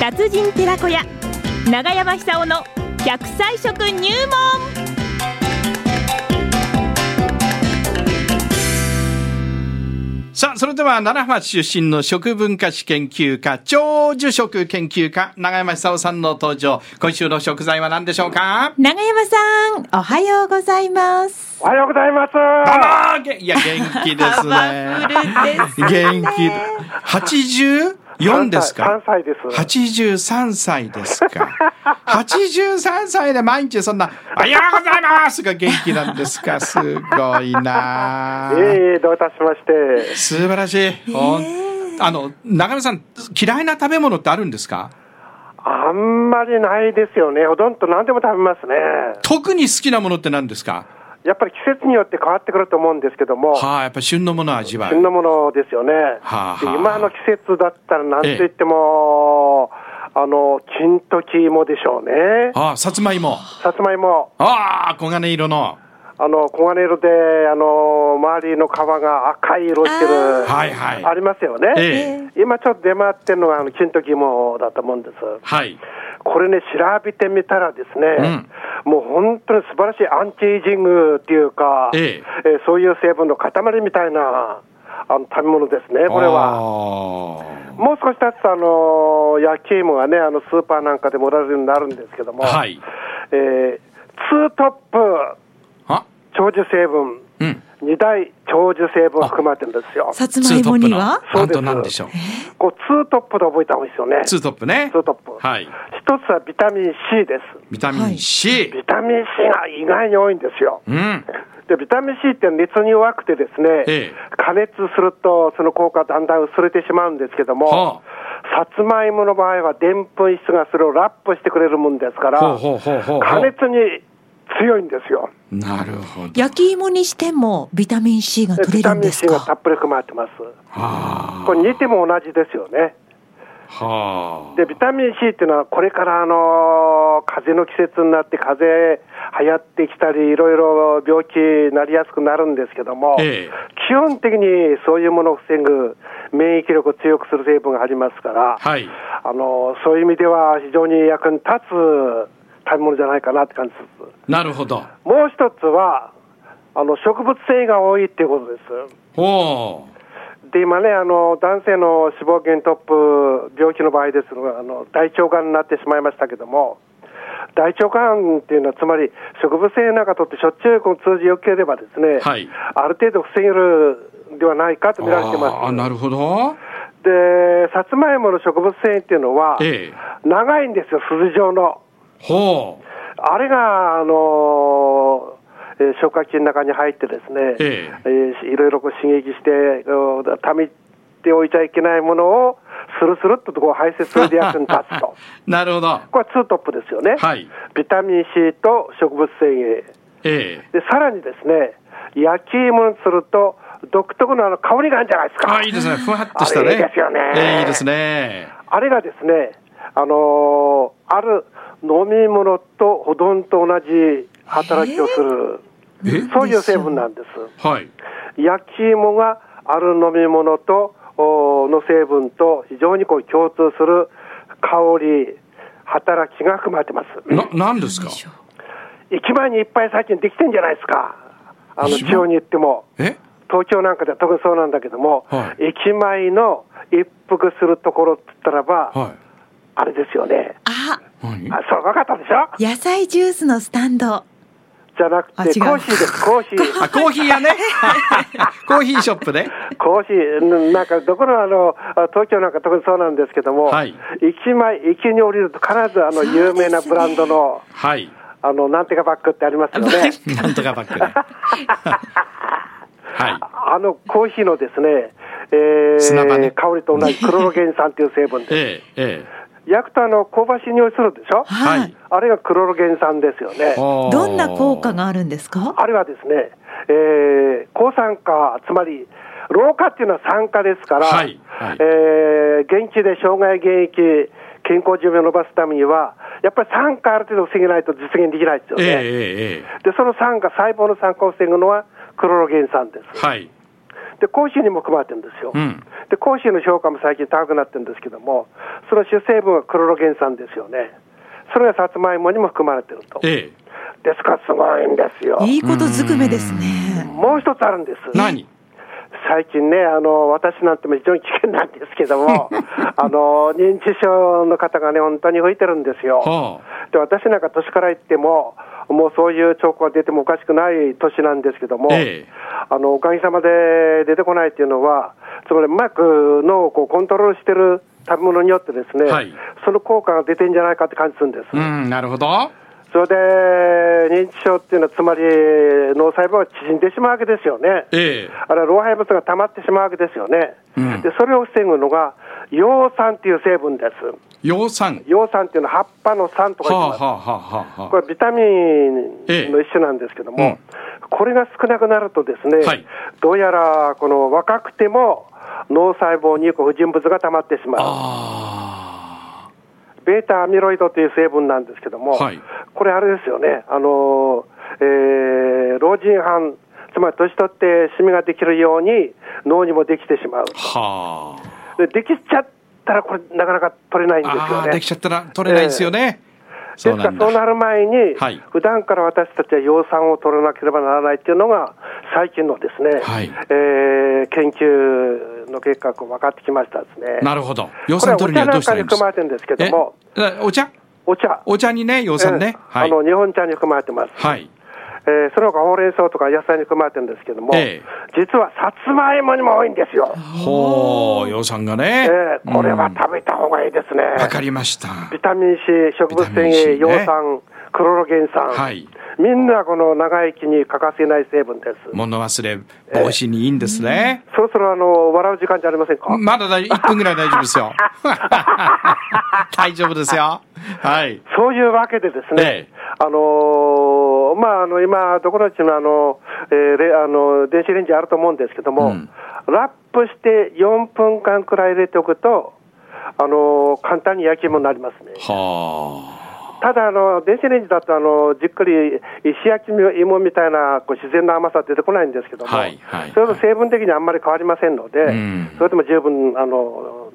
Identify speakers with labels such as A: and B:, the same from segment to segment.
A: 達人寺子屋長山久夫の百歳食入門
B: さあ、それでは奈良浜出身の食文化史研究家、長寿食研究家、長山久夫さんの登場。今週の食材は何でしょうか
A: 長山さんおはようございます
C: おはようございます。
B: パパーげいや、元気ですね。 元気。84ですか
C: 3歳です。
B: 83歳ですか。83歳で毎日そんな、おはようございますが元気なんです か。すごいなあ
C: ええどういたしまして。
B: 素晴らしい。ほんあの、長野さん、嫌いな食べ物ってあるんですか
C: あんまりないですよね。ほとんど何でも食べますね。
B: 特に好きなものって何ですか
C: やっぱり季節によって変わってくると思うんですけども、
B: はい、やっぱ旬のものを味わ
C: 旬
B: う。
C: のものですよね。
B: はあはあ
C: で今の季節だったらなんと言っても、あの、金時芋でしょうね。
B: ああ、さつまいも。
C: さつまいも、
B: ああ、黄金色の。
C: あの、黄金色で、あの、周りの皮が赤い色してる。
B: はいはい
C: ありますよね。
B: え
C: 今ちょっと出回ってるのが、あの、金時芋だと思うんです。
B: はい。
C: これね、調べてみたらですね、もう本当に素晴らしいアンチエイジングっていうか、
B: ええ
C: えーそういう成分の塊みたいなあの食べ物ですね、これは。
B: は。
C: もう少し経つと、あのー焼き芋がね、あのスーパーなんかでもらえるようになるんですけども、
B: はい。
C: えーツートップ
B: あ
C: 長寿成分、
B: うん。
C: 二大長寿成分含まれてるんですよ。
A: さつまいもには
B: ツートップのなんとなんでしょう。
C: こうツートップで覚えた方がいいですよね。
B: ツートップね。
C: ツートップ
B: はい。
C: 一つはビタミン C です。
B: ビタミン C。
C: ビタミン C が意外に多いんですよ。
B: うん。
C: でビタミン C って熱に弱くてですね、
B: ええ
C: 加熱するとその効果だんだん薄れてしまうんですけど
B: は
C: も、さつまいもの場合はでんぷん質がそれをラップしてくれるもんですから、
B: ほうほうほうほうほう
C: 加熱に強いんですよ。
B: なるほど。
A: 焼き芋にしてもビタミン C が取
C: ビ
A: れ
C: タ
A: るん
C: ミ
A: で
C: ン
A: す
C: C がた
A: か
C: っぷり含まれてます。
B: は
C: これ煮ても同じですよね。
B: あ。は
C: で、ビタミン C っていうのはこれからあのー風邪の季節になって風邪流行ってきたり、いろいろ病気になりやすくなるんですけども、
B: あ。ええ。
C: 基本的にそういうものを防ぐ免疫力を強くする成分がありますから、
B: はい。
C: あのそういう意味では非常に役に立つ食べ物じゃないかなって感じです。
B: なるほど。
C: もう一つはあの植物性が多いっていうことです。
B: ほう。
C: で今ねあの男性の死亡原因トップ病気の場合ですがあの大腸がんになってしまいましたけども大腸がんっていうのはつまり植物性なんかとってしょっちゅうこの通じよければですね、
B: はい
C: ある程度防げるではないかと見られてます。
B: ああ、なるほど。
C: で、さつまいもの植物繊維っていうのは、
B: ええ。
C: 長いんですよ、筋状の。
B: ほう。
C: あれが、あのーえー消化器の中に入ってですね、
B: ええ
C: えーいろいろこう刺激して、こう溜めておいちゃいけないものを、スルスルっとこう排泄するで役に立 つと。
B: なるほど。
C: これはツートップですよね。
B: はい
C: ビタミン C と植物繊維。
B: ええ。
C: で、さらにですね、焼き芋にすると、独特のあの香りがあるんじゃないですか。
B: あ、いいですね。ふわっとした
C: あ
B: ね。
C: れいいですよね
B: ええいいですね。
C: あれがですね、あのーある飲み物とほとんど同じ働きをする、
B: え
C: そういう成分なんです。
B: はい。
C: 焼き芋がある飲み物とおーの成分と非常にこう共通する香り、働きが含まれてます。
B: な、なんですか
C: 駅前にいっぱい最近できてんじゃないですか。あの、
B: 一番
C: 地方に行っても。
B: え
C: 東京なんかでは特にそうなんだけども、
B: は
C: 駅前の一服するところって言ったらば、
B: は
C: あれですよね。
A: あ
B: い。何
C: あ、そう、わかったでしょ
A: 野菜ジュースのスタンド
C: じゃなく
A: あ
C: て、
A: 違う
C: コーヒーです、コーヒー。
B: あ、コーヒー屋ね。コーヒーショップね。
C: コーヒー、うんなんか、どこのあの、あ東京なんか特にそうなんですけども、
B: はい
C: 駅前、駅に降りると必ずあの、有名なブランドの、
B: はい。
C: あの、なんてかバッグってありますよね。
B: なんとかバッグ ね。はい。
C: あの、コーヒーのですね、え
B: 砂場ね
C: ー、香りと 同じクロロゲン酸っていう成分で、
B: ええ、え
C: 焼くとあの、香ばしい匂いするでしょ
B: え。は
A: はいい。
C: あれがクロロゲン酸ですよね。
A: どんな効果
B: が
A: があるんですか
C: あれはですね、えー、抗酸化、つまり、老化っていうのは酸化ですから、
B: はいはい
C: えー元気で障害現役、健康寿命を伸ばすためには、やっぱり酸化ある程度防げないと実現できないですよ
B: ええ、え
C: ね。
B: え、え
C: で、その酸化、細胞の酸化を防ぐのはクロロゲン酸です。
B: え。はい。
C: で、コーヒーにも含まれてるんですよ。
B: うん
C: で、講師の評価も最近高くなってるんですけども、その主成分はクロロゲン酸ですよね。それがさつまいもにも含まれてると。で
B: え
C: すからすごいんですよ。
D: いいことずくめですね。
C: もう一つあるんです。
B: え。何
C: 最近ね、あの、私なんても非常に危険なんですけ ども、あの、認知症の方がね、本当に増えてるんですよ。
B: は
C: で私なんか年から言っても、もうそういう兆候が出てもおかしくない年なんですけども、
B: ええ
C: あのおかげさまで出てこないっていうのは、つまりうまく脳をこうコントロールしてる食べ物によってですね、
B: はい
C: その効果が出てんじゃないかって感じするんです。
B: あ。うん、なるほど。
C: それで認知症っていうのは、つまり脳細胞が縮んでしまうわけですよね。
B: ええ。
C: あれは老廃物が溜まってしまうわけですよね。
B: うん
C: でそれを防ぐのが、葉酸っていう成分です。
B: 養蚕。
C: 葉酸っていうのは葉っぱの酸とか
B: はあ
C: 言います
B: は。あはあはあ
C: こ
B: はあ。
C: れビタミンの一種なんですけども、
B: ええ
C: これが少なくなるとですね、
B: はい
C: どうやらこの若くても脳細胞にこう不純物が溜まってしまう。
B: あ
C: ベータアミロイドという成分なんですけども、
B: はい
C: これあれですよね、あのーえー老人斑、つまり年取ってシミができるように脳にもできてしまう。
B: あ。はあ。
C: でできちゃったらこれなかなか取れないんです
B: あ
C: よ
B: あ、
C: ね。
B: できちゃったら取れないですよね。
C: で
B: そうな
C: すから
B: ん
C: そうな
B: だ。
C: る前に、
B: はい
C: 普段から私たちは養酸を取らなければならないっていうのが、最近のですね、
B: はい
C: えー研究の結果、こう分かってきましたですね。
B: なるほど。養
C: こ
B: 蚕
C: れはお
B: 取るにはど
C: 茶な
B: うんした
C: から
B: いいんです
C: に含ま
B: か
C: れてるんですけども、
B: えお茶
C: お茶、
B: お茶にね、養蚕ね
C: え。ー
B: はい
C: あ。の日本茶に含まれてます、
B: はい。
C: えーその他ほうれん草とか野菜に含まれてるんですけども、
B: ええ
C: 実はさつまいもにも多いんですよ。
B: ほう、養蚕がね。
C: えーこれ
B: う
C: は
B: ん
C: 食べた方がいいですね。
B: わかりました。
C: ビタミン C、植物繊維、
B: ビタミン C ね
C: 葉酸、クロロゲン酸、
B: はい
C: みんなこの長生きに欠かせない成分です。
B: 物忘れ防止にいいんですね。
C: そろそろあの笑う時間じゃありませんか、
B: まだだ1分ぐらい大丈夫ですよ。 大丈夫ですよ。はい。
C: そういうわけでですね、
B: ええ
C: あのーまあ、あの今、どこのうちのあの、えーれあの電子レンジあると思うんですけども、
B: うん
C: ラップして4分間くらい入れておくと、あのー簡単に焼き芋になりますね。
B: は
C: ただあの、電子レンジだとあのじっくり石焼き芋みたいなこう自然な甘さ出てこないんですけども、
B: はいはい
C: それと成分的にあんまり変わりませんので、
B: ん
C: それでも十分あの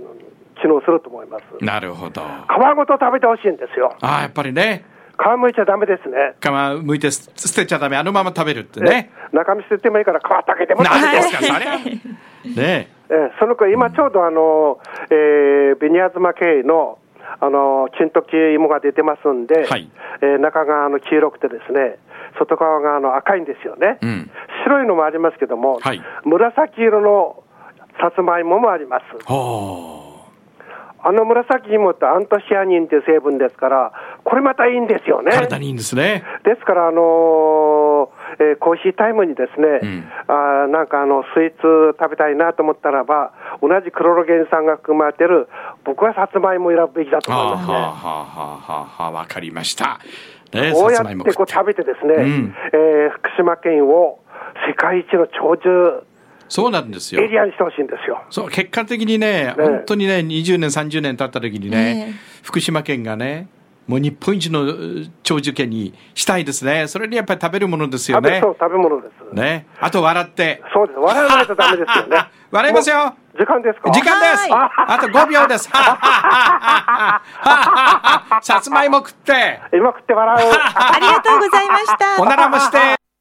C: 機能すると思います。
B: あ。なるほど。あ
C: 皮ごと食べてほしいんですよ。
B: あ、やっぱりね。
C: 皮むいちゃダメですね。
B: 皮むいて捨捨てちゃダメ。あのまま食べるってね。
C: え中身捨ててもいいから皮だけでも食べ
B: 何で
C: て
B: すか、それ。 ねえ。
C: えその子、今ちょうどあの、えー、ベニアズマ系の、あの、金時芋が出てますんで、
B: はい
C: えー中側の黄色くてですね、外側があの赤いんですよね、
B: うん
C: 白いのもありますけども、
B: はい
C: 紫色のさつまいももあります。
B: ほ
C: あの紫芋ってアントシアニンっていう成分ですから、これまたいいんですよ
B: う。
C: ね。
B: 体にいいんですね。
C: ですから、あのーえーコーヒータイムにですね、
B: うん
C: あーなんかあのスイーツ食べたいなと思ったらば、同じクロロゲン酸が含まれてる、僕はさつまいもを選ぶべきだと
B: はあ
C: 思い
B: はあ
C: ます
B: は
C: ね。
B: あはあはあ、わかりました。ねえ、
C: こう
B: さ
C: や
B: つ
C: っ
B: まいも
C: て
B: 食っ
C: こう
B: て。
C: 食べてですね、
B: うん
C: えー福島県を世界一の長寿
B: そうなんですよ
C: エ。リアにしてほしいんですよ。
B: そう結果的にね本当にね20年30年経った時にね、福島県がねもう日本一のえー長寿県にしたいですねそれにやっぱり食べるものですよ
C: 食べ
B: ね
C: そう食べ物です、
B: ねあと笑って。
C: そうです。笑わないとダメですよね
B: 笑いますよ
C: もう時間ですか
B: 時間です
A: は
B: あと5秒ですさつまいも食って
C: 今食って笑う。
D: あ りがとうございました。
B: おならもして